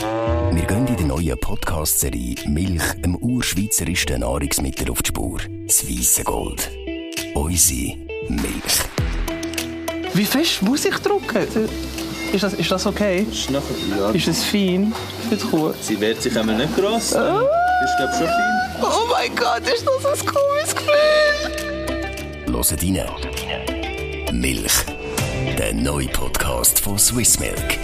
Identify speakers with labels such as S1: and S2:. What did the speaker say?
S1: Wir gehen in der neuen Podcast-Serie «Milch» einem urschweizerischen Nahrungsmittel auf die Spur. Das weisse Gold. Unsere Milch.
S2: Wie fest muss ich drücken? Ist das, ist das okay?
S3: Ist nachher, ja.
S2: Ist das fein für die Kuh?
S3: Sie wehrt sich einmal nicht gross. aber Ist glaube schon fein.
S2: Oh mein Gott, ist das ein komisches Gefühl?
S1: Hört rein. «Milch». Der neue Podcast von Swissmilk.